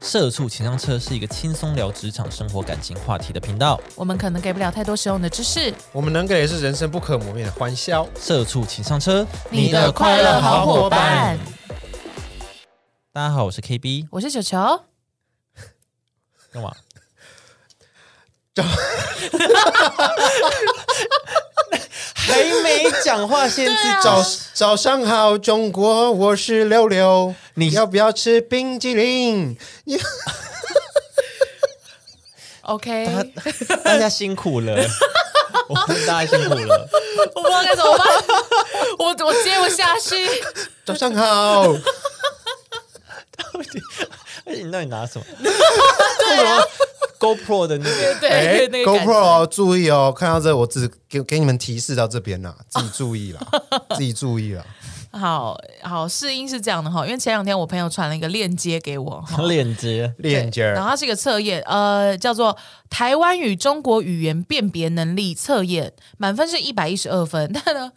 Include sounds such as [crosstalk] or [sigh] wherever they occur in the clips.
社畜情商车是一个轻松聊职场、生活、感情话题的频道。我们可能给不了太多实用的知识，我们能给的是人生不可磨灭的欢笑。社畜情商车，你的快乐好伙伴。大家好，我是 KB。我是球球，干嘛？还没讲话，先自早早上好，中国，我是六六。你你要不要吃冰激 [laughs] 凌？ OK，大家大家辛苦了， [laughs] 我们大家辛苦了。我不知道该怎么办， [laughs] 我我接不下 [laughs] 去。早上好，而且你到底拿什么？为什么 GoPro [laughs] 的那个？哎对，那个感觉 GoPro 哦注意哦，看到这我只给给你们提示到这边啦，自己注 [laughs] 意啦，自己注意啦。好好试音是这样的哈，因为前两天我朋友传了一个链接给我哈，链接链接然儿后它是一个测验，呃，叫做台湾与中国语言辨别能力测验，满分是一百一十二分，但呢。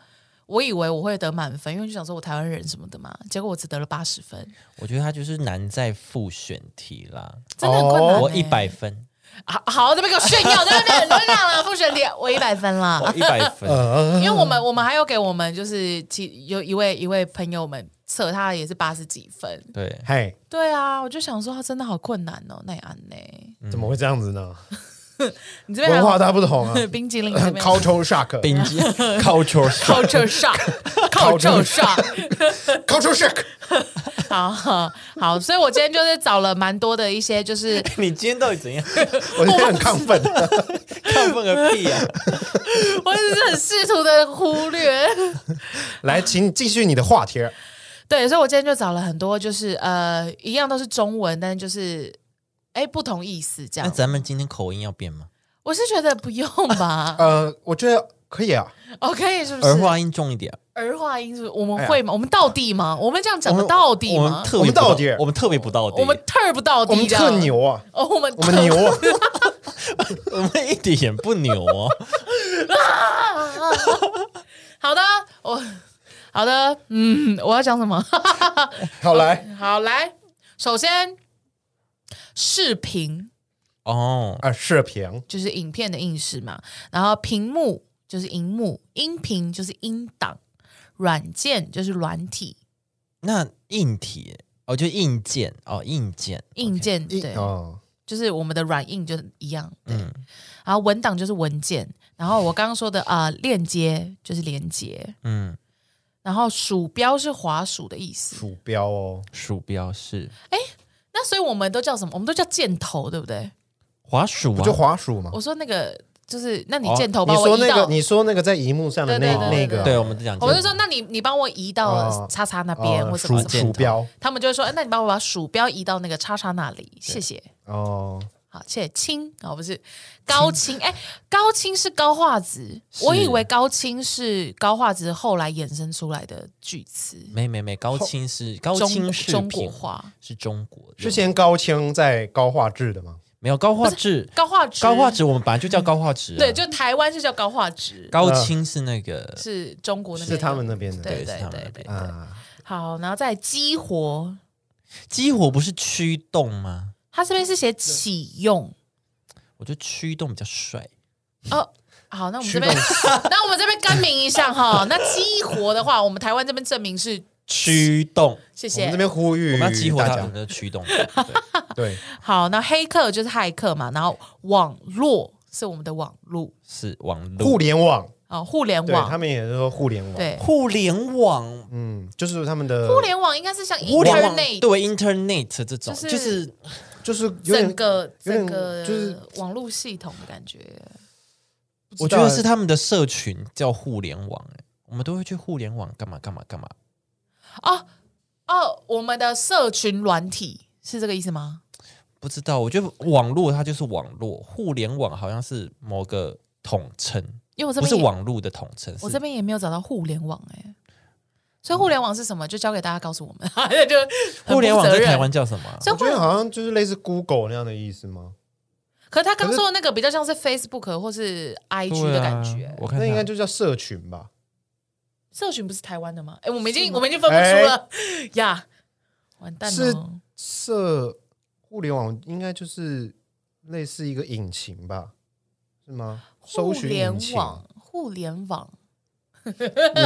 我以为我会得满分，因为就想说我台湾人什么的嘛，结果我只得了八十分，我觉得它就是难在复选题啦。真的很困难、欸我一百，分，好好，这边给我炫耀，在那边很多亮了，复选题，我一百分啦。我一百分。因为我们我们还有给我们就是其有一位一位朋友们测他也是八十几分， [laughs] 对，嘿，对啊，我就想说他真的好困难哦，那也安呢？怎么会这样子呢？你这边还文有化大不 [laughs] 同啊冰激凌这边，cultural shock，cultural 顶级 culture [laughs] shock culture [laughs] shock culture shock， [laughs] shock，好好好，所以我今天就是找了蛮多的一些 [laughs] 就是你今天到底怎 [laughs] 样？我觉得很亢 [laughs] 奋。亢奋个屁啊！我只是很试图的忽略。来，请继续你的话题儿。对，所以我今天就找了很多，就是呃，一样都是中文，但就是哎不同意思这那样。咱们今天口音要变吗？我是觉得不用 [laughs] 吧呃，我觉得可以啊， ，OK 是不是？儿化音重一点。儿化音是不是我们哎呀会吗？我们到底吗？我们这样讲我的们到底我吗们？特我别们不到底我们特别不到底，我们特儿不到底，我们这样特，牛啊，哦， [laughs] 我们我们牛啊。我们一点也不牛哦。好的，我好的，嗯，我要讲什么？ [laughs] 好来，好，来，首先视频哦，啊，视频就是影片的映视嘛，然后屏幕就是荧幕，音频就是音档，软件就是软体。那硬体哦，就硬件哦，硬件硬件一对，哦，就是我们的软硬就是一样，对。嗯然后文档就是文件，然后我刚刚说的啊、呃链接就是连接，嗯，然后鼠标是滑鼠的意思。鼠标哦，鼠标是那所以我们都叫什么？我们都叫箭头，对不对？滑鼠不啊，就滑鼠吗？我说那个就是，那你哦箭头你帮我说移那到，个，你说那个在荧幕上的那对对对对那对个，对，我们都讲我就说，那你你帮我移到哦叉叉那边、哦，或什么鼠什么，鼠标他们就会说，哎、那你帮我把鼠标移到那个叉叉那里，谢谢。哦，好，谢谢清哦，不是高清，哎、高清是高画质，是我以为高清是高画质后来衍生出来的句词，没没没，高清是高清中视中频国话，是中国的之前高清在高画质的吗？没有高画质，高画质，高画质我们本来就叫高画质啊，对，就台湾是叫高画质，高清是那个是中国那边是的他们那边的对对是对他们那对边嗯对对。啊，好，然后再激活，激活不是驱动吗？它这边是写启用我觉得驱动比较帅，哦。好，那我们这驱边动，那我们这边更名一下哈。那激活的话，我们台湾这边证明是驱动。谢我们谢这。边呼吁我们要激活大它我家们，的驱动，对 [laughs] 对，好，那黑客就是骇客嘛，然后网络是我们的网络是网互络联网，啊、哦互联对他网。们也是说互联网，，对，互联网，嗯，就是他们的互联网应该是像互联网 Internet，对 Internet 这种，就是就是就是有整点，个有整点个就是网络系统的感觉。我觉得是他们的社群叫互联网，哎，我们都会去互联网干嘛干嘛干嘛，哦哦，我们的社群软体是这个意思吗？不知道。我觉得网络它就是网络，互联网好像是某个统称，因为我这不是边也网络的统称，我是这边也没有找到互联网哎、所以互联网是什么？就交给大家告诉我们， [laughs] 那就很互联网不责在任台湾。叫什么啊？所以我互觉得好像就是类似 Google 那样的意思吗？可是他刚说的那个比较像是 Facebook 或是 IG 对的啊感觉。我看那应该它就叫社群吧？哎社群不是台湾的吗？哎、我们已经我们已经分不出了呀，完蛋了。社互联网应该就是类似一个引擎吧？是吗？搜互寻联引擎，网，互联网，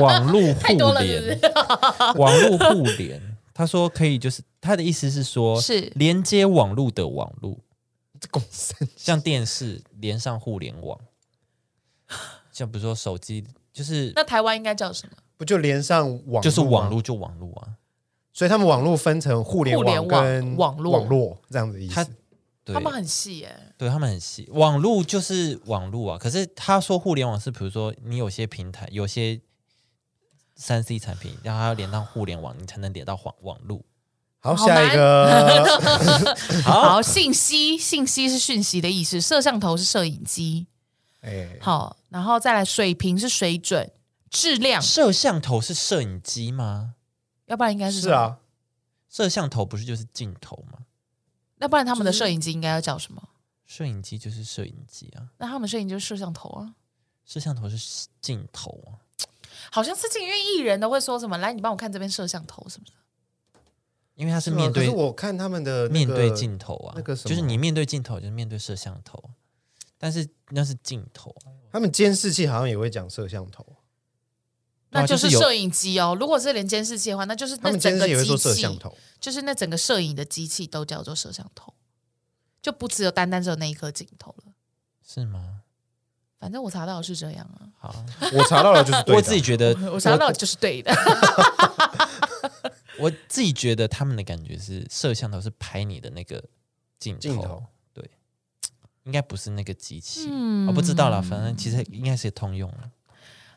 网 [laughs] 络太多互了是不联是，网 [laughs] 络互联。他说可以，就是他的意思是说，是连接网络的网络，这公司像电视连上互联网，像比如说手机，就是那台湾应该叫什么？不就连上网吗，就是网络就网络啊，所以他们网络分成互联互联网网跟网络网络这样子的意他思。对啊他们很细耶、对他们很细，网络就是网络啊。可是他说互联网是，比如说你有些平台，有些三 C 产品，然后它要连到互联网，你才能连到网网络。好，好下 [laughs] 一个好，信息，信息是讯息的意思，摄像头是摄影机。哎，好，然后再来水平是水准，质量，摄像头是摄影机吗？要不然应该是是什么，啊，摄像头不是就是镜头吗？要不然他们的摄影机应该要叫什么？摄影机就是摄影机啊，那他们摄影就是摄像头啊，摄像头是镜头啊。好像是这个，因为艺人都会说什么，来你帮我看这边摄像头什么的。因为它是吗面对可是我看他们的那面个对镜头啊，那个什就是么你面对镜头就是面对摄像头，啊但是那是镜头啊，他们监视器好像也会讲摄像头，对啊那就就是是有摄影机哦。如果是连监视器的话，那就是他那们整监个视器也会机说摄器像，头。就是那整个摄影的机器都叫做摄像头，就不只有单单只有那一颗镜头了。是吗？反正我查到的是这样啊，好，我查到了就是对的我自己觉得，我查到的就是对的。我自己觉得他们的感觉是摄像头是拍你的那个镜头，镜头对，应该不是那个机器，我、嗯不知道啦，反正其实应该是通用了。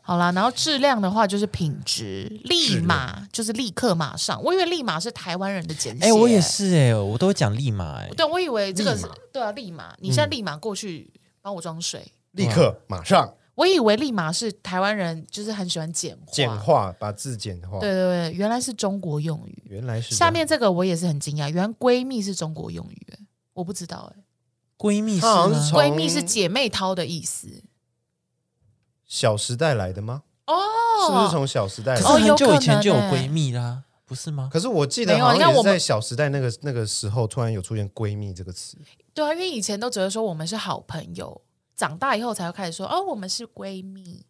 好啦，然后质量的话就是品质，立马就是立刻马上。我以为立马是台湾人的简写，欸哎、我也。是哎、我都会讲立马哎、对，我以为这个是立马对啊，立马，你现在立马过去帮我装水。立刻马上我以为立马是台湾人，就是很喜欢简化。简化，把字简化。对对对，原来是中国用语。原哦来是这下样面这个我也是很惊讶，原来闺蜜是中国用语，哎我不知道哎、闺蜜是她好吗像是从闺蜜是姐妹淘的意思小时代来的吗？哦，是不是从小时代可来是的？哦有很久可以前就有能欸闺蜜啦，不是吗？哎可是我记没得有好你像看也我是们在小时代那个那个时候，突然有出现“闺蜜”这个词。对啊，因为以前都只会说我们是好朋友，长大以后才会开始说哦，我们是闺蜜。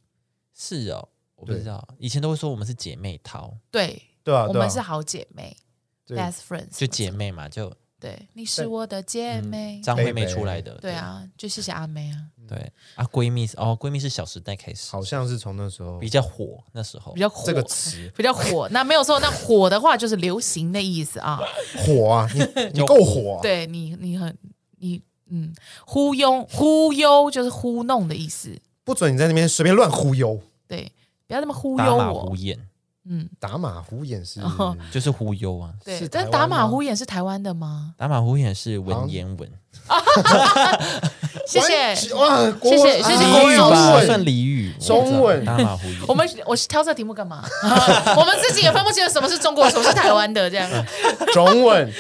是哦，我不对知道，以前都会说我们是姐妹淘，对，对啊，我对啊们是好姐妹对，best friends，就姐。妹嘛，就嗯对，你是我的姐妹。嗯张惠妹妹妹出来的，对啊，就谢谢阿妹啊，哦对，对啊，闺蜜是哦，闺蜜是小时代开始好像是从那时候比较火，那时候比较火，这个词比较火。那没有错，那火的话就是流行的意思啊。火 [laughs] 啊，你就你够火啊！对你，你很你嗯，忽悠忽悠就是糊弄的意思。不准你在那边随便乱忽悠，对，不要那么忽打悠马虎我。眼，嗯，打马虎眼是 [laughs] 哦就是忽悠啊，对。是但台打湾马吗虎眼是台湾的吗？打马虎眼是文言文，谢谢。哇，国谢文谢谢谢啊国文俚语老师吧，中算俚语，我不知道文中文打马虎眼，我们我挑这题目干嘛？ [laughs] 我们自己也分不清什么是中国，什么是台湾的这样。中文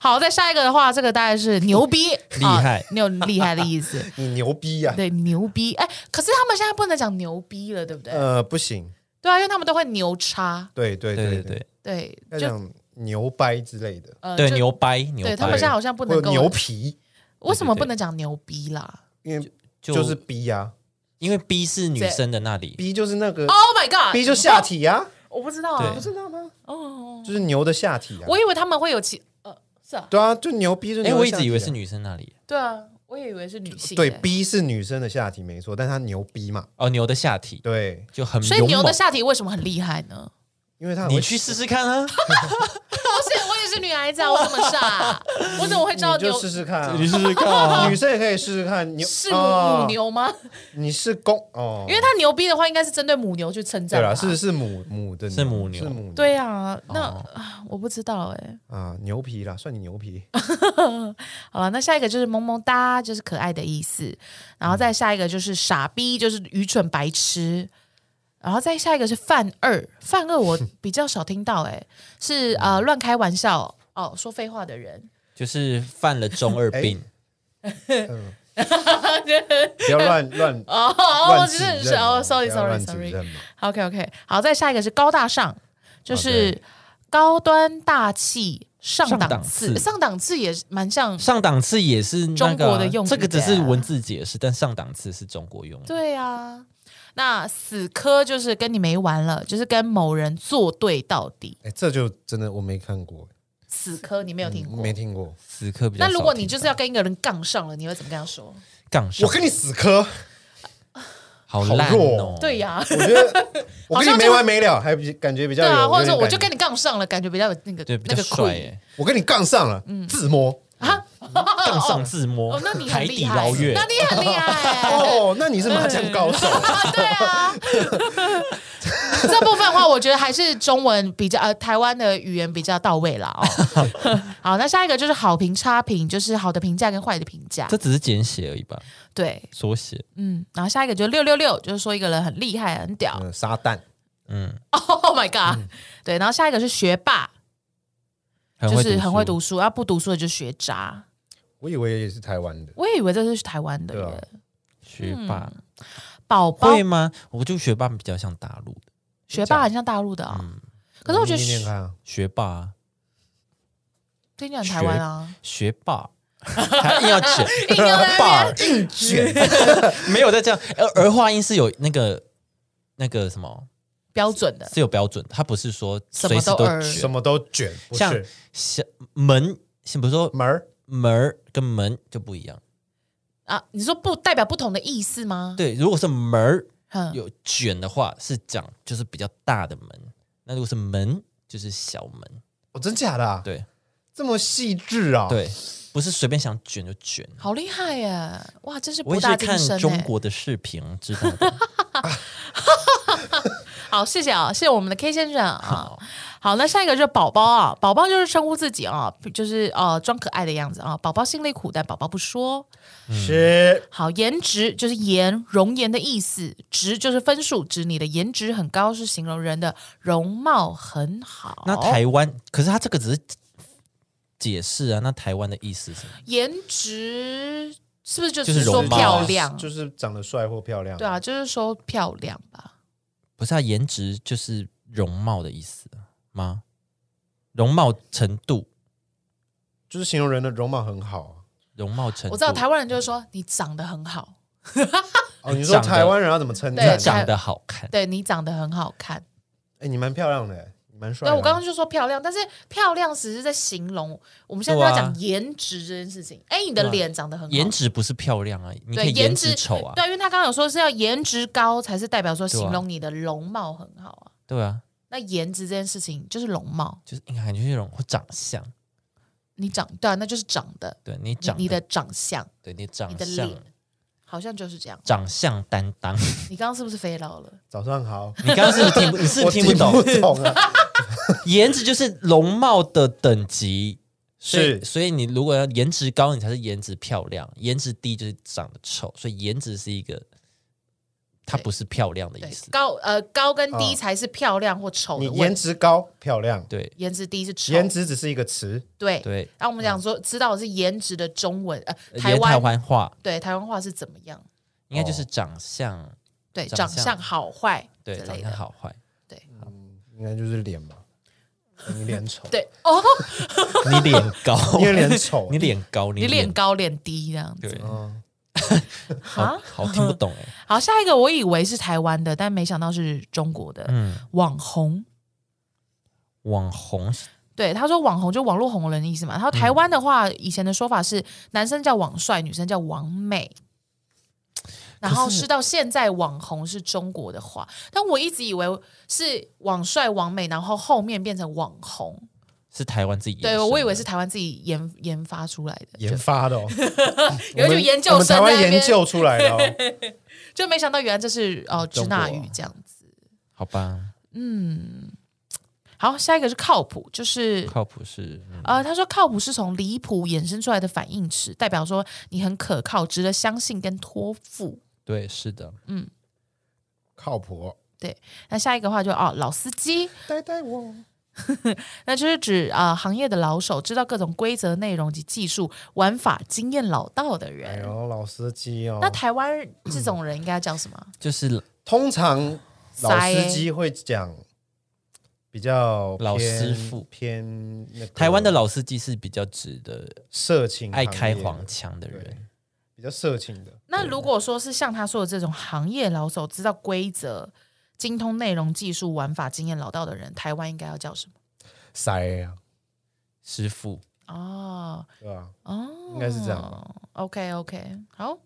好，再下一个的话，这个大概是牛逼，厉害你有厉害的意思。你牛逼啊呀！对，牛逼。哎，可是他们现在不能讲牛逼了，对不对？呃，不行，对啊，因为他们都会牛叉，对对对对对，对对，要就讲牛掰之类的，呃对就牛掰牛掰，对他们现在好像不或能者够牛皮，为什么对对对不能讲牛逼啦因为就就是逼呀，因为 B 是女生的那里，逼就是那个？Oh my god！逼就下体呀，我不知道啊对，不是知道吗？哦，就是牛的下体啊。我以为他们会有其呃是啊，对啊，就牛逼就哎，牛我的一下体啊。直以为是女生那里，对啊，我也以为是女性对欸逼是女生的下体没错，但她牛逼嘛，哦，牛的下体对，就很所以勇牛的猛，下体为什么很厉害呢？ [laughs] 因为她很会你去试试看啊，不是，我也是女孩子啊，我怎么傻、 [laughs] 我怎么会知道你牛就？试试看啊你。试试看啊女，生也可以试试看，牛是啊母牛吗？你是公哦，因为他牛逼的话，应该是针对母牛去称对赞啦，他。是是母母的，是母牛是母牛，对啊，那、哦啊我不知道哎、啊，牛皮啦，算你牛皮，好了，那下一个就是萌萌哒，就是可爱的意思。然后再下一个就是傻逼，就是愚蠢白痴。然后再下一个是犯二，犯二我比较少听到、哎，是呃乱开玩笑哦，说废话的人。 [laughs] 就是犯了中二病，哎不 [laughs] 要乱乱哦，乱哦，就指是是认哦嘛，sorry 不要 sorry 乱指 sorry，认嘛 OK OK，好，再下一个是高大上，就啊是对高端大气、上上档档次，次上档次也蛮像，上档次也是那个中啊国的用语这个只对是啊文字解释，但上档次是中国用语。对啊。那死磕就是跟你没完了，就是跟某人作对到底。哎，这就真的我没看过，死磕你没有听过？没听过。死磕嗯比较少那听到。哦如果你就是要跟一个人杠上了，你会怎么跟他说？杠上，我跟你死磕，好好烂弱哦哦。对呀、我觉得我好跟像你就没完没了，还比感觉比较对有。啊，或者说有我点就跟感觉你杠上了，感觉比较有那个对比那较个帅欸 queen 耶，我跟你杠上了，自摸。杠上自摸哦，那你 [laughs] 很海厉底害，捞月那，你很厉 [laughs] 害。哦，那你是麻将高手，对啊， [laughs] 这部分的话，我觉得还是中文比较呃，台湾的语言比较到位啦。 [laughs] 哦。好，那下一个就是好评、差评，就是好的评价跟坏的评价这。只是简写而已吧，对，缩写。嗯，然后下一个就是六六六，就是说一个人很厉害、很屌。 [laughs] 嗯撒旦，嗯， [laughs] Oh my god！、对，然后下一个是学霸，很就会是读很会书读书，要不读书的就是学渣。我以为也是台湾的。我也以为这是台湾的对啊耶，学霸嗯宝宝会吗？我就学霸比较像大陆的学霸很像大陆的啊、嗯可是我觉得你念学念看啊，学霸啊，听起来很台湾啊，学霸。 [laughs] 还硬要卷， [laughs] 硬要在那边霸硬卷， [laughs] 没有在这样，儿儿化音是有那个那个什么标准的是有标准，它不是说什随么时都都儿卷什么都卷，不像是像门，先不是说门儿门儿跟门就不一样。啊。你说不代表不同的意思吗？对，如果是门儿对，有卷的话，是讲就是比较大的门；那如果是门，就是小门。哦，真假的？啊？对这么细致啊？，对，不是随便想卷就卷。好厉害耶！哇，真是我博也大是精看深欸中耶。国的视频知道的。好，谢谢啊，谢谢我们的 K 先生啊。 [laughs] 好，那下一个就是宝宝啊，宝宝就是称呼自己啊，就是呃装可爱的样子啊。宝宝心里苦，但宝宝不说。是好，颜值就是颜容颜的意思，值就是分数，指你的颜值很高，是形容人的容貌很好。那台湾，可是他这个只是解释啊，那台湾的意思是什么？颜值是不是就就只是说容貌啊漂亮？就是长得帅或漂亮。嗯对啊，就是说漂亮吧。不是啊，颜值就是容貌的意思吗？容貌程度，就是形容人的容貌很好啊容貌程度，我知道台湾人就是说你长得很好，啊。哦，你说长得台湾人要怎么称对赞？长得好看，对你长得很好看。哎，你蛮漂亮的，你啊蛮帅对，啊的。啊我刚刚就说漂亮，但是漂亮只是在形容，我们现在对啊要讲颜值这件事情。哎，你的对啊脸长得很好，颜值不是漂亮啊，你可对以颜颜值值丑啊，对，因为他刚刚有说是要颜值高才是代表说对啊形容你的容貌很好啊。对啊，那颜值这件事情就是容貌，就是你感觉这种或长相，你长对啊，那就是长的，对你你长你的长相，对你你长的相脸，好像就 [laughs] 是这样。长相担当， [laughs] 你你刚刚是不是飞到了？早上好，刚刚是不是听不你是不我是听不懂？不懂啊。颜值就是容貌的等级，所以是所以你如果要颜值高，你才是颜值漂亮；颜值低就是长得丑，所以颜值是一个，它对不是漂亮的对意，思。嗯高呃高跟低哦才是漂亮或丑你的问颜题，值高漂亮，对颜值低是丑，颜值只是一个词。对。对，然后我们讲说，知道是颜值的中文，呃，台台湾湾话对台湾话是怎么样？应该就是长相，对，长长相相好坏对之长类相的，好坏。 [laughs] 对嗯，应该就是脸吧。你脸丑，对哦，你脸 [laughs] 高，因为脸丑， [laughs] 你脸高，你你脸高脸低这样子对，嗯，好好听不懂 [laughs] 哎，好，下一个我以为是台湾的，但没想到是中国的、嗯，网红。网红对，他说网红就网络红人的意思嘛。然后台湾的话，嗯以前的说法是男生叫网帅，女生叫网美。然后可是是到现在网红是中国的话，但我一直以为是网帅、网美，然后后面变成网红。是台湾自己，对，我以为是，台湾自己研研发出来的，研发的哦， [laughs] 有一种研究我们生台湾在那边研究出来的哦。就没想到原来这是哦支中国那语这样子。好吧，好，下一个是靠谱，就是靠谱是，嗯呃，他说靠谱是从离谱衍生出来的反义词，代表说你很可靠、值得相信跟托付。对，是的，嗯靠谱，那下一个话就哦，老司机，带带我。那就是指啊、呃行业的老手，知道各种规则、内容及技术、玩法、经验老道的哎人。呦，老司机哦。那台湾这种嗯人应该叫什么？就是通常老塞司机会讲比较老偏师傅偏那个台湾的老司机是比较直的，色情爱行开业的黄腔的对人，比较色情的，那如果说是像他说的这种行业老手，知道规则、精通内容、技术、玩法、经验老道的人，台湾应该要叫什么？塞啊，师傅哦对吧、哦，应该是这样吧 OK OK，好，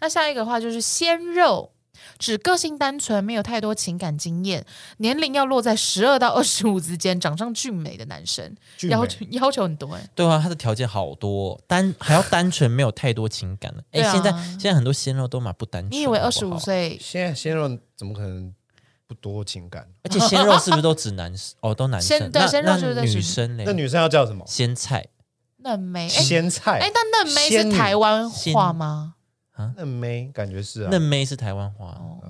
那下一个的话就是鲜肉。指个性单纯，没有太多情感经验，年龄要落在十二到二十五之间，长相俊美的男生，俊美要求要求很多哎、对啊，他的条件好多哦，单还要单纯，没有太多情感了。哎、对啊现在现在很多鲜肉都蛮不单纯，你以为好不二十好五？岁现在鲜肉怎么可能不多情感？ [laughs] 而且鲜肉是不是都指男生？ [laughs] 哦，都男鲜生。对那鲜肉那是不是都指女生嘞？那 [laughs] 女生要叫什么？鲜菜嫩妹？哎、鲜菜？哎、但嫩妹仙是女台湾仙话吗？嫩妹感觉是啊，嫩妹是台湾话，哦，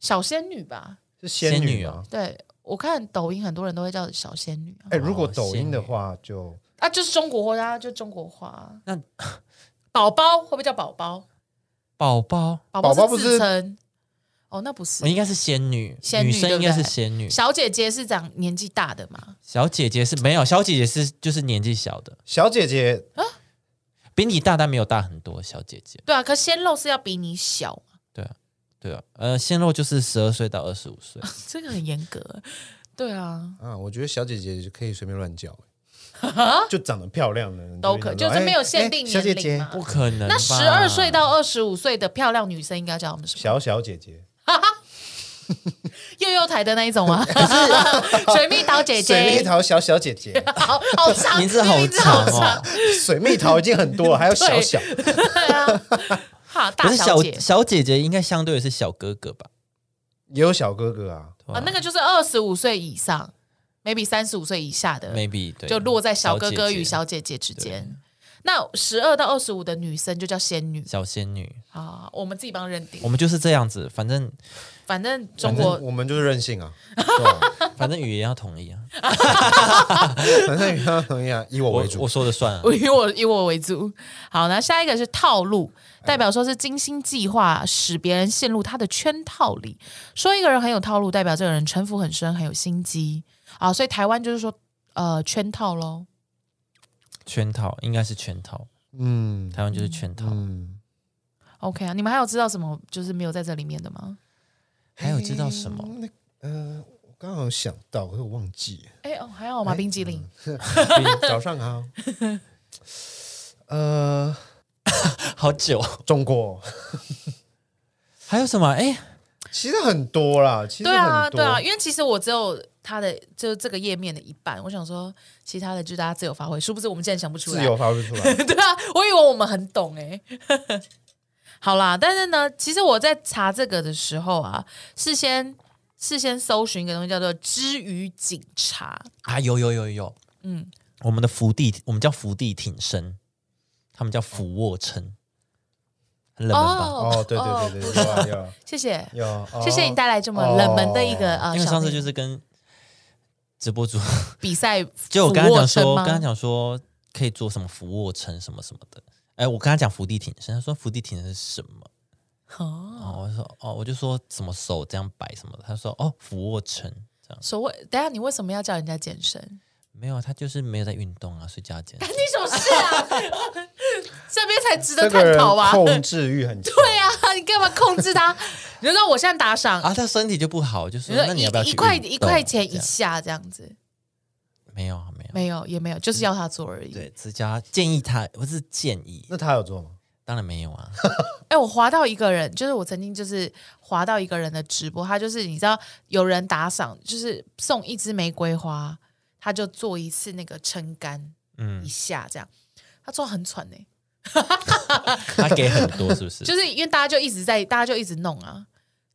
小仙女吧？是仙仙女女哦啊。对我看抖音很多人都会叫小仙女啊，哎，如果抖仙音的女话，就啊就是中国话啊，就中国话啊。那 [laughs] 宝宝会不会叫宝宝？宝宝宝宝宝宝不自是称？哦，那不是应该是仙女，仙女女生对应不该是对仙女，小姐姐是长年纪大的嘛？小姐姐是没有，小姐姐是就是年纪小的，小姐姐啊比你大但没有大很多。小姐姐，对啊，可鲜肉是要比你小，对啊，对啊，呃，鲜肉就是十二岁到二十五 [laughs] 岁，这个很严格。对啊，啊，我觉得小姐姐就可以随便乱叫，就长得漂亮的人都会可想就说是哎没有限哎定小姐年龄姐嘛，不可能吧。那十二岁到二十五岁的漂亮女生应该叫我们什么？小小姐姐，幼幼台的那一 [laughs] 种啊， [laughs] 水蜜桃姐姐，水蜜桃小小姐姐， [laughs] 好好长， [laughs] 名字好名字好长哦，水蜜桃已经很多了，还有小小，对啊，哈，可大是小姐小姐姐应该相对的是小哥哥吧？也有小哥哥啊。对吧啊，那个就是二十五岁以上，maybe 三十五岁以下的 maybe 对，呃就落在小哥哥与姐小姐姐之间。那十二到二十五的女生就叫仙女姐小仙女，啊，我们自己帮认定我。们就是这样子，反正反正中反国正我们就是任 [laughs] 性啊，对吧反正语言要统一啊，反正你看同样以我我为主我，说的算啊。以 [laughs] 我以我为主。好，那下一个是套路，代表说是精心计划，使别人陷入他的圈套里。说一个人很有套路，代表这个人城府很深，很有心机啊。所以台湾就是说，呃，圈套喽。圈套应该是圈套，嗯台湾就是圈套。嗯， OK 啊，你们还有知道什么就是没有在这里面的吗？还有知道什么？那呃，我刚好想到，可是我忘记哎哦，还好吗？冰激嗯凌， [laughs] 了。早上好，呃，好久，中国还有什么？哎，其实很多啦，其实对啊很对啊，多。因为其实我只有他的就是这个页面的一半，我想说其他的就大家自由发挥，殊不知我们竟然想不出来自。由发挥出来， [laughs] 对啊，我以为我们很懂哎、 [laughs] 好啦，但是呢，其实我在查这个的时候啊，事先事先搜寻一个东西叫做“之于警察啊，有有有有，嗯嗯，我们的伏地，我们叫伏地挺身，他们叫俯卧撑，很”。冷门吧？哦哦，对对对对，有啊有啊谢谢，有啊，哦谢谢你带来这么冷门的一个、呃，因为小上次内就是跟直播主， [laughs] 比赛，就我跟他讲说，刚跟他刚讲说可以做什么俯卧撑什么什么的。哎，我跟他讲伏地挺身，他说伏地挺身是什么？哦，哦，我就说哦，我就说什么手这样摆什么的，他说哦俯卧撑这样，所谓等一下你为什么要叫人家健身？没有，他就是没有在运动啊，睡觉减干你什么事啊？ [laughs] 这边才值得这个探人讨吧？啊控制欲很强，对啊，你干嘛控制他？ [laughs] 你就说我现在打赏，啊，他身体就不好，就说你说嗯那一你要不要去一块运动一块钱这一样下这样子？没有啊没有。没有，也没有，就是要他做而已。嗯对，只叫他建议他，不是建议，那他有做吗？当然没有 [laughs] 啊。哎，我滑到一个人，就是我曾经就是滑到一个人的直播，他就是你知道有人打赏，就是送一支玫瑰花，他就做一次那个撑杆嗯一，下这样，他做得很喘呢、他给很多是不是？ [laughs] 就是因为大家就一直在，大家就一直弄啊。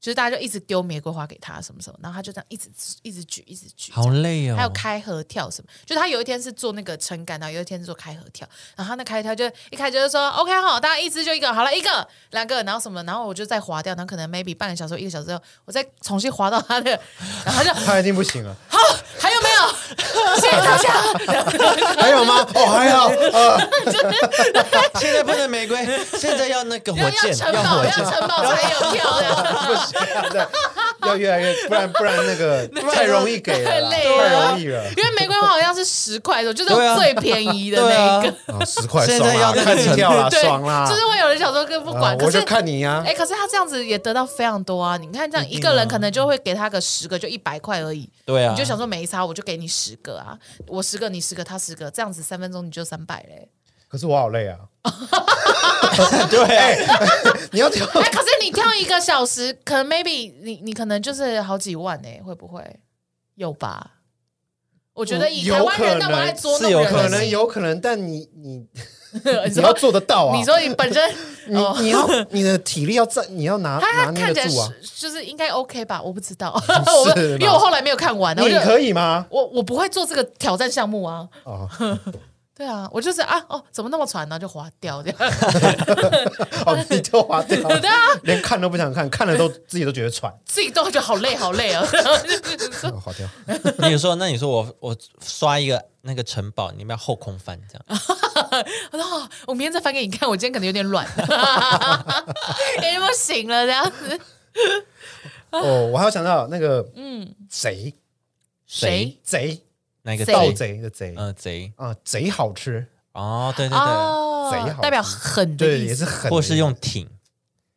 就是大家就一直丢玫瑰花给他什么什么，然后他就这样一直一直举一直举，好累哦。还有开合跳什么，就是他有一天是做那个撑杆，然后有一天是做开合跳，然后他那开合跳就一开始就是说 OK 好，大家一支就一个，好了一个两个，然后什么，然后我就再划掉，然后可能 maybe 半个小时一个小时之后，我再重新划到他的，然后他就他一定不行啊！好，还有没有？谢谢大家。然后还有吗？哦，还好，呃，现在不能玫 [laughs] 瑰，现在要那个火要箭，城要堡，火要箭。城堡才有跳的。不行啊，对要越来越，不然不然那个 [laughs] 太容易给了啦，太累了太容易了。因为玫瑰花好像是十块的，就是对啊最便宜的对那啊一个。啊十块现爽在啦，要看你跳 [laughs] 啦，对，爽啦！就是会有人想说更不管，啊可我是就看你呀哎、。可是他这样子也得到非常多啊！你看，这样一个人可能就会给他个十个，就一百块而已。对嗯啊，你就想说没差，我就给你十个啊，我十个，你十个，他十个，这样子三分钟你就三百嘞。 [laughs] 可是我好 [laughs] 累啊，对啊， [laughs] 你要跳哎、 [laughs] 可是你跳一个小时，可能 maybe 你你可能就是好几万哎、会不会？有吧？我觉得以嗯有台湾人那可么能爱捉弄是有人的心，可能有可能，但你你你你说要做得到啊！你说你本身哦你你 [laughs] 要你的体力要站，你要拿他 [laughs] 拿他捏看起得来住啊！是就是应该 OK 吧？我不知道， [laughs] 我不 [laughs] 是吧因为我后来没有看完，我你就可以吗？ [laughs] 我我不会做这个挑战项目啊。哦 [laughs] 对啊，我就是啊哦，怎么那么喘呢？就划掉这样。 [laughs] 哦，你就划掉，对啊，连看都不想看，看了都自己都觉得 [laughs] 喘，自己都觉得好累好累啊。 [laughs] 哦划掉。你说那你说我我刷一个那个城堡，你们要后空翻这啊样，我说哦，我明天再翻给你看，我今天可能有点软， [laughs] 哎，我醒了这样子。哦，我还有想到那个，嗯，贼谁？贼那个贼盗贼的贼嗯贼啊，贼好吃，哦，对对对，哦贼好代表狠的对，意也思是很，或是用挺，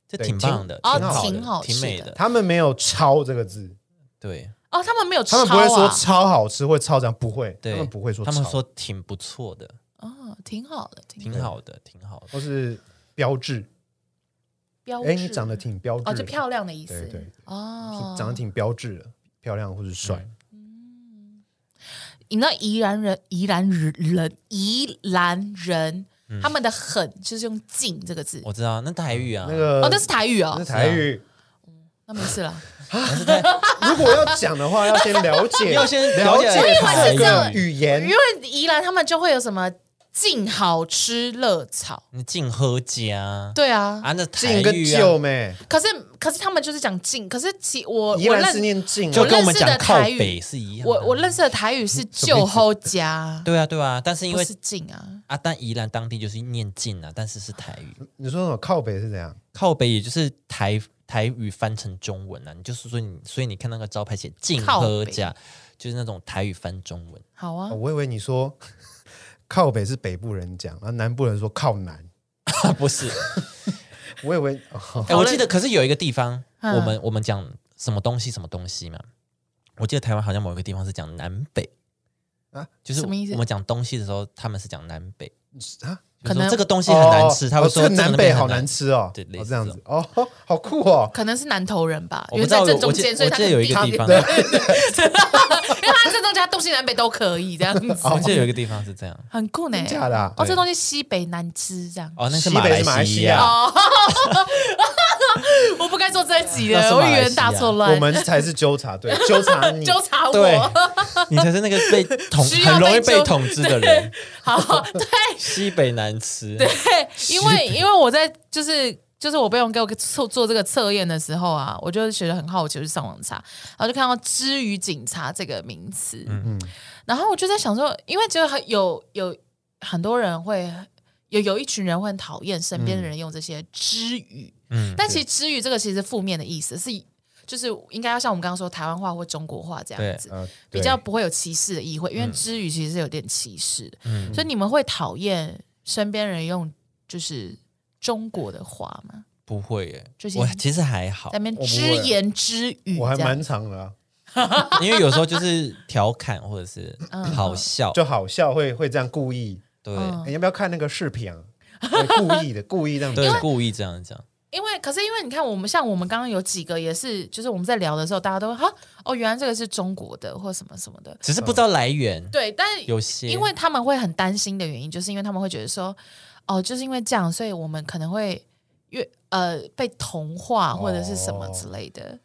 这对挺棒的，挺哦挺好挺好的，挺吃美的的，他们没有“超”这个字，对哦。他们没有抄他啊，们不会说“超好吃”或“超这样，不会，他对，们不会说，他们，说挺不错的，哦，挺好的，挺挺好的，挺好的。或是标志，标哎，你志长得挺标哦，志就的，漂亮的意思。对对，哦挺，长得挺标志的，漂亮或是帅，嗯你知道宜兰人、宜兰人、宜兰人，他们的狠就是用“劲”这个字。嗯我知道那台语啊，嗯那个哦，那是台语那哦是，台语。那没事啦。如果要讲的话，要先了解，要先了了解我以为是这这个样语因言为宜兰他们就会有什么“劲好吃热炒你进喝家”，对啊。啊，那台进跟语旧啊，没，可是可是他们就是讲“劲”，可是其我宜我兰是认念进啊，就跟我们我讲认识的靠台语北是一样的。我我认识的台语是“就吼家对啊对啊，但”，是因不为是“劲”啊。啊，但宜兰当地就是念进啊，但是是台语，你说什么靠北是怎样？靠北也就是台台语翻成中文啊，你就是说你，所以你看那个招牌写“进靠北喝家”，就是那种台语翻中文。好啊哦，我以为你说靠北是北部人讲，然后南部人说靠南。啊，不是，我以为哦哎，我记得，可是有一个地方，嗯我们我们讲什么东西什么东西嘛，我记得台湾好像某一个地方是讲南北啊啊，就是什么意思我们讲东西的时候，他们是讲南北，啊，就是可说能这个东西很难吃，哦他会哦说这个南北好难吃。吃哦，对类哦似这样子哦，好酷哦，可能是南投人吧，我不因为知道，在我正中我间，记所以我他记得有很一个低地方， [laughs] 因为他正中间，他东西南北都可以这样子。 [laughs] [laughs] 哦我记得有一个地方是这样。很酷呢、真假的啊哦，对这东西西北南吃这样。哦，那是西北是马来来西亚亚，哦， [laughs] 我不该做这一集那的，是我马来西亚语言大错我乱，们才是纠察队，纠察你，纠察对我。你才是那个被统哦需要很容易被被纠统治的人。 [laughs] 好，对，西北难吃，因为因为我在就是。就是我被用给我做做这个测验的时候啊，我就觉得很好奇，我就上网查，然后就看到“之于警察”这个名词，嗯然后我就在想说，因为就很有有很多人会有有一群人会很讨厌身边的人用这些“之语”，嗯，但其实“之语”这个其实负面的意思是，就是应该要像我们刚刚说台湾话或中国话这样子，呃比较对嗯不会有歧视的意会，因为“之语”其实是有点歧视的，所以你们会讨厌身边人用就是中国的话吗？不会耶最，近我其实还好在，那边我不只会言只语我还这样，蛮长的啊，因为有时候就是调侃或者是嗯好笑，就好笑会会这样故意，对嗯哎你要不要看那个视频啊？会故意的，故意这样子对，故意这样讲，因为可是因为你看我们像我们刚刚有几个也是，就是我们在聊的时候，大家都会哈哦，原来这个是中国的或什么什么的，只是不知道来源，对，但是有些因为他们会很担心的原因，就是因为他们会觉得说，哦，就是因为这样，所以我们可能会越呃被同化或者是什哦么之类的。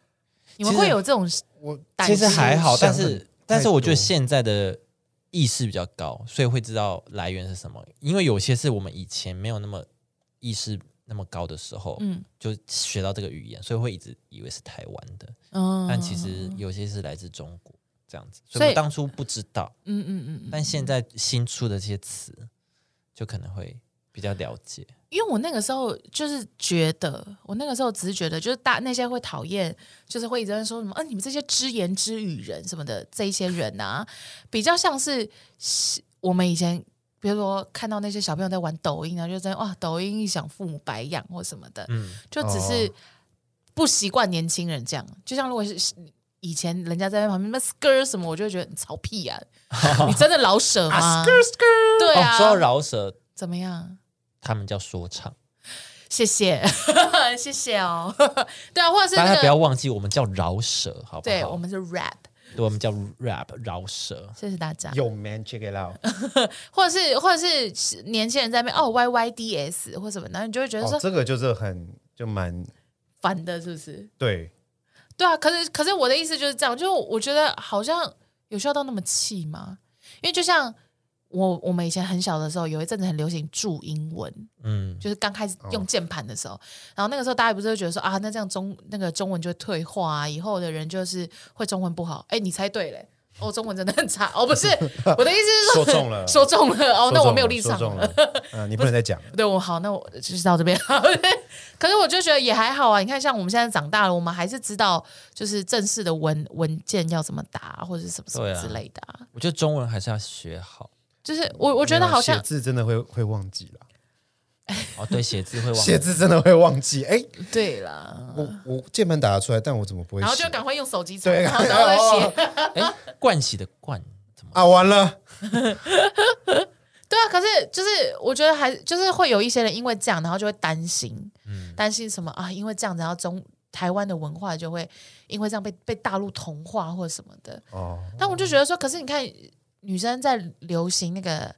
你们其实会有这种我担其心？实还好，想但很是太但是我觉得多现在的意识比较高，所以会知道来源是什么，因为有些是我们以前没有那么意识那么高的时候，嗯就学到这个语言，所以会一直以为是台湾的，嗯，但其实有些是来自中国这样子，所所以以我当初不知道。嗯嗯嗯嗯，但现在新出的这些词，就可能会比比较了解。因为我那个时候就是觉得，我那个时候只是觉得，就是大那些会讨厌，就是会一直在说什么，嗯、你们这些只言之语人什么的，这一些人啊，比较像是是我们以前，比如说看到那些小朋友在玩抖音啊，就在哇，抖音一想父母白养或什么的，嗯，就只是不习惯年轻人这样。就像如果是以前人家在旁边那 skr 什么，我就会觉得你吵 [laughs] 屁呀、你真的老舍啊吗？对哦，啊，说到饶舌，怎么样？他们叫说唱，谢谢， [laughs] 谢谢哦。 [laughs] 对啊，或者是大那家不个，要忘记我们叫饶舌，好不好？对我们是 rap，对我们叫 rap 饶舌。谢谢大家。有 man check it out，或者是或者是年轻人在那边哦 Y Y D S 或什么，然后你就会觉得哦说，这个就是很就蛮烦的，是不是？对，对啊，可是可是我的意思就是这样，就我觉得好像有需要到那么气吗？因为就像我我们以前很小的时候，有一阵子很流行注英文，嗯，就是刚开始用哦键盘的时候，然后那个时候大家不是会觉得说啊，那这样中那个中文就会退化啊，以后的人就是会中文不好。哎，你猜对嘞，哦，中文真的很差。哦，不是，我的意思是说 [laughs] 说中了说中了。哦，那我没有立说场中了了。， [laughs] 嗯，你不能再讲了，对我好，那我就是到这边。 [laughs] 可是我就觉得也还好啊。你看，像我们现在长大了，我们还是知道就是正式的文文件要怎么打，或者是什么什么对啊之类的、啊。我觉得中文还是要学好。就是我我觉得没有啊好像写字真的会会忘记了，哦，对，写字会忘写字真的会忘记。哎，对啦，我我键盘打得出来，但我怎么不会写？然后就赶快用手机查，对，然后然后再写。哎，冠喜的冠怎么？啊，完了，对啊，可是就是我觉得还就是会有一些人因为这样，然后就会担心，嗯担心什么啊？因为这样子，然后中台湾的文化就会因为这样被被大陆同化或者什么的。哦，但我就觉得说，可是你看女生在流行那个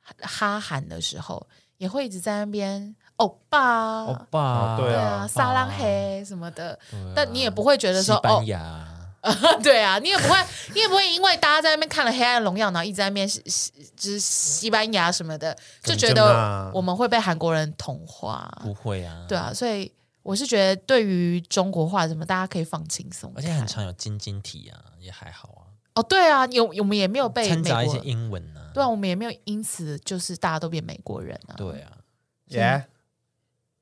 哈哈韩的时候，也会一直在那边欧巴，欧巴，哦对对啊啊，沙拉黑什么的，对啊但你也不会觉得西说哦班，牙， [laughs] 对啊，你也不会，你也不会因为大家在那边看了《黑暗荣耀》，然后一直在那边西西就是西班牙什么的，就觉怎么这样得啊我们会被韩国人同化。不会啊，对，啊，所以我是觉得对于中国话什么，大家可以放轻松看。而且很常有晶晶体啊，也还好啊，哦，对啊，有我们也没有被掺美杂一国些，英文啊，对啊，我们也没有因此就是大家都变美国人啊。对 [laughs] 啊，耶，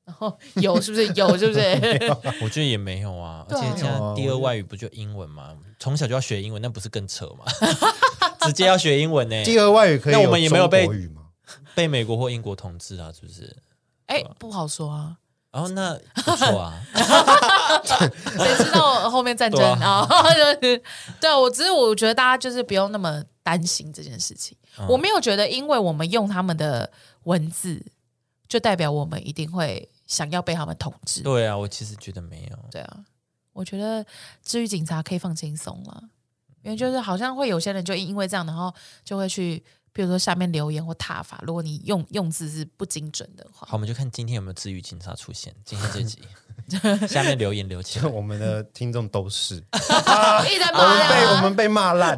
然后有是不是有是 [laughs] 不是？我觉得也没有啊，而对啊且现在第二外语不就英文吗？从小就要学英文，那不是更扯吗？ [laughs] 直接要学英文呢、第二外语可以，那我们也没有被国语 [laughs] 吗？被美国或英国统治啊，是不是？哎，不好说啊，然、后那不错啊，谁知道后面战争对啊？ [laughs] 就是对啊，我只是我觉得大家就是不用那么担心这件事情。嗯我没有觉得，因为我们用他们的文字，就代表我们一定会想要被他们统治。对啊，我其实觉得没有，对啊，我觉得至于警察可以放轻松了，因为就是好像会有些人就因为这样，然后就会去，比如说下面留言或挞伐。如果你用用字是不精准的话，好，我们就看今天有没有治愈警察出现，今天这 [laughs] 集下面留言留起来，我们的听众都是，一直在我们骂 [laughs] 啊被我呀。们被骂 [laughs] 烂，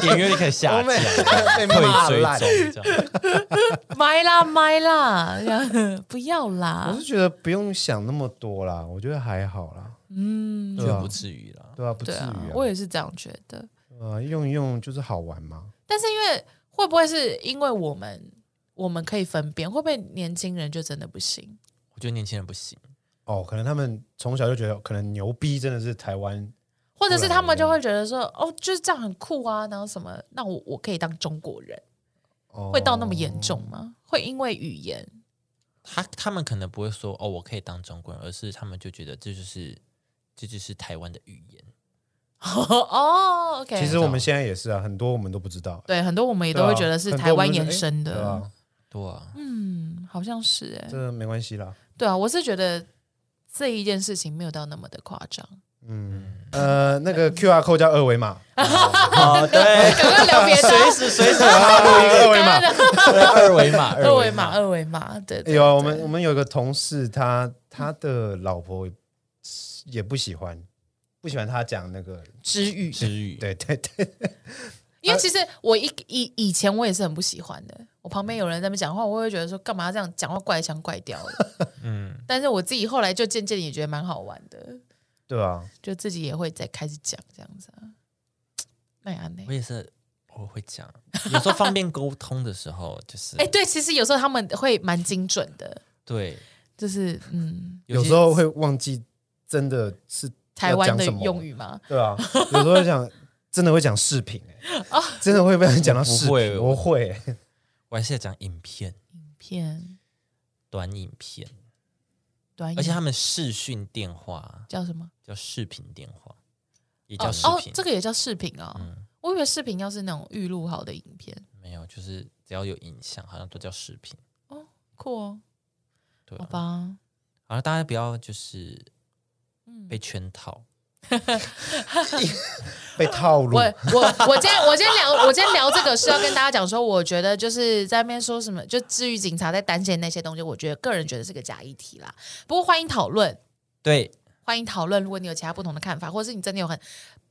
点阅率可以我下们降。 [laughs] 被 [laughs] 退骂追烂。踪这 [laughs] 样，买啦买啦，这样不要我啦是。觉得不用想那么多啦，我觉得还好啦，嗯，就不至于啦。对啊，不至对于啊啊，，我也是这样觉得。呃用一用就是好玩嘛。但是因为会不会是因为我们我们可以分辨，会不会年轻人就真的不行？我觉得年轻人不行，哦，可能他们从小就觉得，可能牛逼真的是台湾或者是他们就会觉得说，哦，就是这样很酷啊，然后什么，那我我可以当中国人，哦会到那么严重吗？会因为语言 [laughs] 他他们可能不会说哦，我可以当中国人，而是他们就觉得这就是这就是台湾的语言。哦，OK，其实啊我们现在也是啊，很多我们都不知道，对很多我们也也都会觉得是台湾延伸对的，啊，对啊，嗯，好像是哎、这没关系啦。对啊，我是觉得这一件事情没有到那么的夸张。嗯，呃，那个 QR code 叫二 [laughs] 维啊码，哦，对，赶快聊别的，随时随 [laughs] [laughs] 时啊二维码赶。快聊对二维码，二维码，二维码，对，对有啊，我对们我们有一个同事，他他的老婆也不喜欢，不喜欢他讲那个，知语，之语，对对对，因为其实我一以以前我也是很不喜欢的，我旁边有人在那边讲话，我会觉得说干嘛这样讲话怪腔怪调的。嗯，但是我自己后来就渐渐也觉得蛮好玩的，对啊，就自己也会再开始讲这样子啊。那呀那我也是，我会讲，有时候方便沟通的时候，就是哎、对，其实有时候他们会蛮精准的，对，就是嗯，有些时候会忘记真的是台湾要的讲什么用，语嘛，对啊，有时候会讲真的会讲视频、欸，真的会被人讲到视我不会频，我会、欸我还是要讲影片、片短影哎片，短语，而且他们视讯电话叫什么？叫视频电话，也哦叫视哦频，，这个也叫视频哦。嗯我以为视频要是那种预录好的影片，没有，就是只要有影像，好像都叫视频，酷哦，对好吧？吧，好了，大家不要就是嗯被圈套，被套路我。我我今天我今天聊我今天聊这个是要跟大家讲说，我觉得就是在那边说什么，就至于警察在担心那些东西，我觉得个人觉得是个假议题啦。不过欢迎讨论，对，欢迎讨论，如果你有其他不同的看法，或者是你真的有很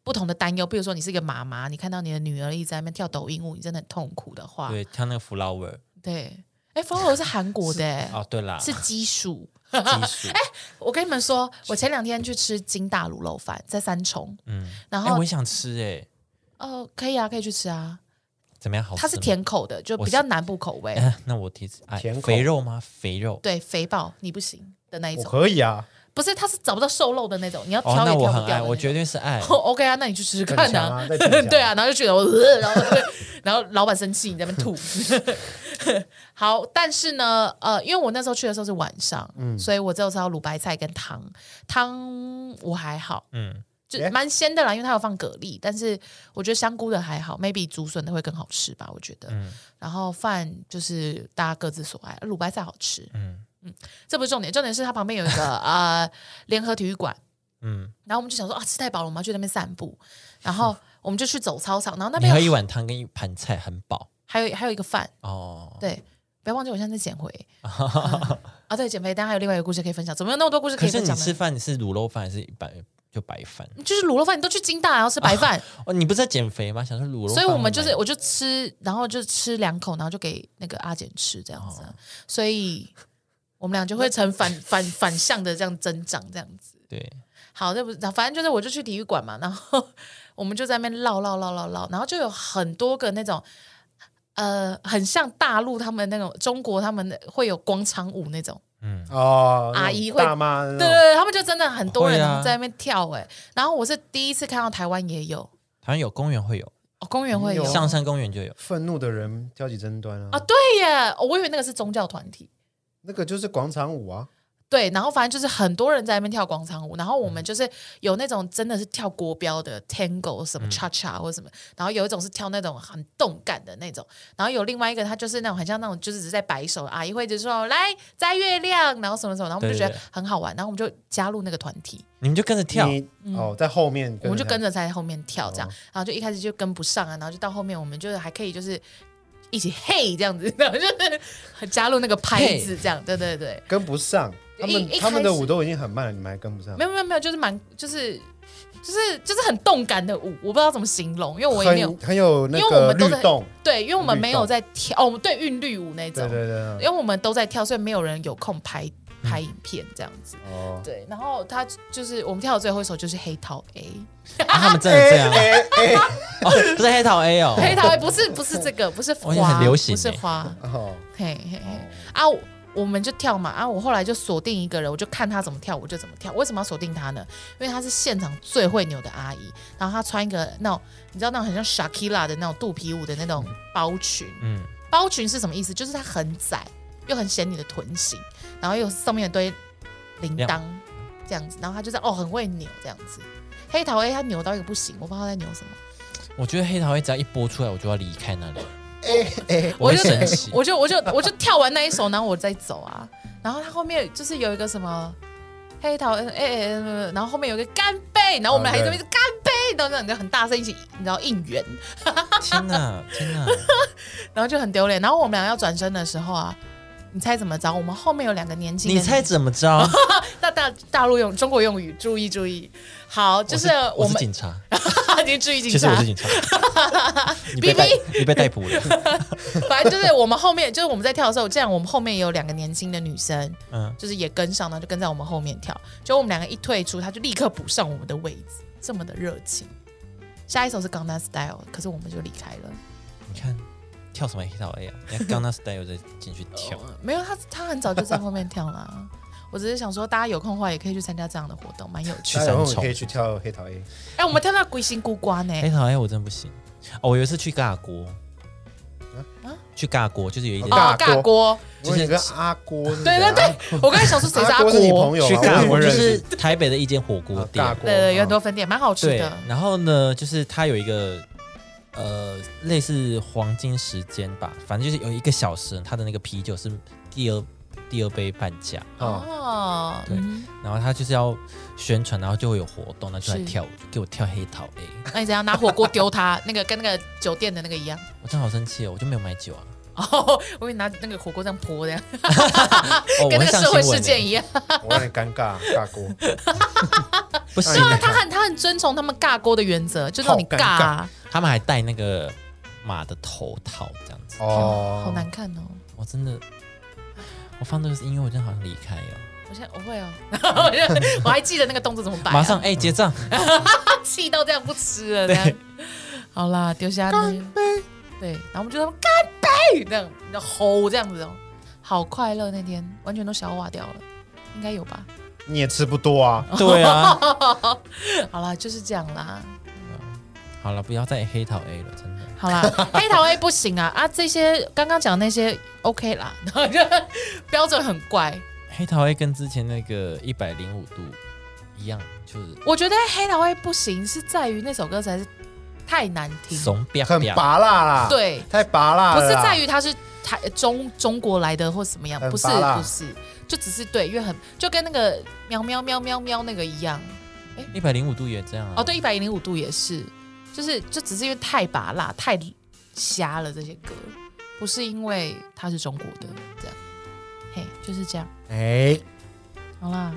不同的担忧，比如说你是一个妈妈，你看到你的女儿一直在那边跳抖音舞，你真的很痛苦的话，对，跳那个 flower 对，哎，follow 是韩国的、诶哦，对啦，哎是哎基数。技术，我跟你们说，我前两天去吃金大卤肉饭，在三重，嗯，然哎，我后也想吃哎，呃，可以啊，可以去吃啊。怎么样？好吃吗，它是甜口的，就我比是较南部口味，哎，那我提哎甜，口肥肉吗？肥肉，对，肥爆你不行的那一我种，可以啊，不是，它是找不到瘦肉的那种，你要哦，挑也那我挑很不爱，掉。我绝。对是爱， OK 啊，那你去吃吃看很强啊 [laughs] 在逞强对啊，然后就觉得我，呃然后然后老板生气，你在那边吐。 [laughs] 好，但是呢，呃，因为我那时候去的时候是晚上，所以我只有吃到卤白菜跟汤，汤我还好，嗯，就诶蛮鲜的啦，因为它有放蛤蜊，但是我觉得香菇的还好，maybe 竹笋的会更好吃吧，我觉得。然后饭就是大家各自所爱，卤白菜好吃，嗯嗯这不是重点，重点是它旁边有一 [laughs] 个呃联合体育馆，嗯，然后我们就想说啊吃太饱了，我们要去那边散步，然后我们就去走操场，然后那你边喝一有碗汤跟一盘菜很饱还有还有一个饭，哦。对，不要忘记我现在在 [laughs] 减肥。嗯啊，对，减肥，但还有另外一个故事可以分享，怎么有那么多故事可可以是分你享吃呢？饭你是卤肉饭还是白就白饭？就是卤肉饭，你都去金大然后吃白饭，哦，你不是在减肥吗？想说卤肉饭会所买，以我们就是我就吃，然后就吃两口，然后就给那个阿简吃这样子哦啊、所以我们俩就会成反反反向的这样增长这样子。对，好，那不是，反正就是我就去体育馆嘛，然后 [laughs] 我们就在那边唠唠唠唠唠，然后就有很多个那种。呃，很像大陆他们那种中国他们的会有广场舞那种，嗯，哦，阿那种姨会大妈那种，对对对，他们就真的很多人会啊在那边跳哎、然后我是第一次看到台湾也有，好像有公园会有，哦，公园会有有上山公园就有，愤怒的人挑起争端啊，啊，对耶，哦我以为那个是宗教团体，那个就是广场舞啊，对，然后反正就是很多人在那边跳广场舞，然后我嗯们就是有那种真的是跳国标的 tango 什嗯么 cha cha 或者什么，然后有一种是跳那种很动感的那种，然后有另外一个他就是那种很像那种就是只是在摆手，阿姨会就说来摘月亮，然后什么什么，然后我们就觉得对对对很好玩，然后我们就加入那个团体，你们就跟着跳，你哦，在后面，我们就跟着着在后面跳哦这样，然后就一开始就跟不上啊，然后就到后面我们就是还可以就是一起嘿这样子，然后就是 [laughs] 加入那个拍子这样，对对对。他跟不上，他们一一他们的开始舞都已经很慢了，你们还跟不上没，有没有没有，就是蛮就是就是就是很动感的舞，我不知道怎么形容，因为我也没有很很有那因为我个们都律在动，对，因为我们没有律动在跳，哦，我们对韵律舞那对种，对对，对因为我们都在跳，所以没有人有空拍拍影片这样子。哦，对，然后他就是我们跳的最后一首就是《黑桃 A 啊他们真的这样 [laughs] 哎哎哎哦，不是黑桃 A》，哦，黑桃 A 不是不是这个，不是哦也很花，流行不是欸花，哦，嘿嘿嘿啊！哦我我们就跳嘛啊！我后来就锁定一个人，我就看他怎么跳，我就怎么跳。为什么要锁定他呢？因为他是现场最会扭的阿姨，然后她穿一个那种你知道那种很像 Shakira 的那种肚皮舞的那种包裙，嗯，包裙是什么意思？就是它很窄，又很显你的臀型，然后又上面有堆铃铛亮这样子，然后他就在哦很会扭这样子。黑桃 A 他扭到一个不行，我不知道他在扭什么，我觉得黑桃 A 只要一播出来，我就要离开 [laughs] 那里，哎我会就生气，我就我就我就跳完那一首，然后我再走啊。然后他后面就是有一个什么黑桃，哎、哎哎然后后面有一个干杯，然后我们还在那边干杯，然后这样你就很大声一起，你知道应援，天 [laughs] 哪，天哪，然后就很丢脸。然后我们俩要转身的时候啊，你猜怎么着？我们后面有两个年轻的你女，猜怎么着？大大大陆用中国用语，注意注意。好， [laughs] 就是我我是们 [laughs] 啊警察，你注意警察，其实我是警 [laughs] 察， [laughs] 你被逮，你被逮捕了， [laughs] 反正就是我们后面，就是我们在跳的时候，这样我们后面也有两个年轻的女生，嗯嗯，就是也跟上，然后就跟在我们后面跳。就我们两个一退出，她就立刻补上我们的位置，这么的热情。下一首是《Gangnam Style》，可是我们就离开了。你看跳什么 hit 到 A 啊？人家刚那 style 再进去跳，没有，他他很早就在后面跳啦。我只是想说，大家有空的话也可以去参加这样的活动，蛮有趣去 [laughs] 的。大家三有空重可以去跳黑桃 A，哎、我们跳到鬼心孤瓜呢，黑桃 A 哎我真的不行。哦，我有一次去尬锅啊，去尬锅就是有一点哦哦，尬尬锅，就是我有一个阿郭是谁对啊，对对，我刚才想说谁是阿郭是你朋国，友去吗？尬我锅，以啊就为你是台北的一间火锅啊店。尬锅，对对，有很啊多分店，蛮好吃对的，。然后呢，就是它有一个呃类似黄金时间吧，反正就是有一个小时，它的那个啤酒是第二第二杯半价，啊，哦，对嗯然后它就是要宣传，然后就会有活动，那就来是跳舞，就给我跳黑桃哎 A，那你怎样拿火锅丢他？那个跟那个酒店的那个一样。我真的好生气哦，我就没有买酒啊，哦，我以为拿那个火锅这样泼的，哦，我跟会那个上社会新闻事件欸，一样。我让你尴尬，尬锅，不行对，啊他很他很遵从他们尬锅的原则，就让你尬啊，他们还戴那个马的头套这样子，哦，好难看哦。我真的，我放这个音乐，我真的好像离开哦，我现在我会哦， [laughs] 我现在我还记得那个动作怎么摆啊，马上哎结账， [laughs] 气到这样不吃了。这样好啦，丢下那些对，然后我们就说干杯，这样然后吼这样子哦，好快乐那天，完全都消化掉了，应该有吧？ [laughs] 你也吃不多啊， [laughs] 对啊，好啦，就是这样啦。好了，不要再黑桃 A 了，真的。好啦，黑桃 A 不行啊啊！这些刚刚讲那些 OK 啦， [laughs] 然后就标准很怪。黑桃 A 跟之前那个一百零五度一样，就是我觉得黑桃 A 不行是在于那首歌实在是太难听，怂彪很彪，拔辣啦，，对，太拔辣不了是啦，在于它是台中中国来的或什么样，很不是拔辣不是，就只是对，因为很就跟那个喵喵喵喵喵那个一样。一百零五度也这样啊。哦，对，一百零五度也是，就是就只是因为太拔辣、太瞎了这些歌，不是因为它是中国的这样，嘿，就是这样。哎，好啦，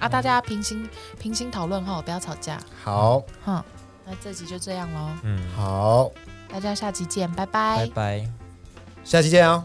啊，大家平心平心讨论哈，不要吵架好哈。那这集就这样喽，嗯，好，大家下集见，拜拜拜。下期见哦。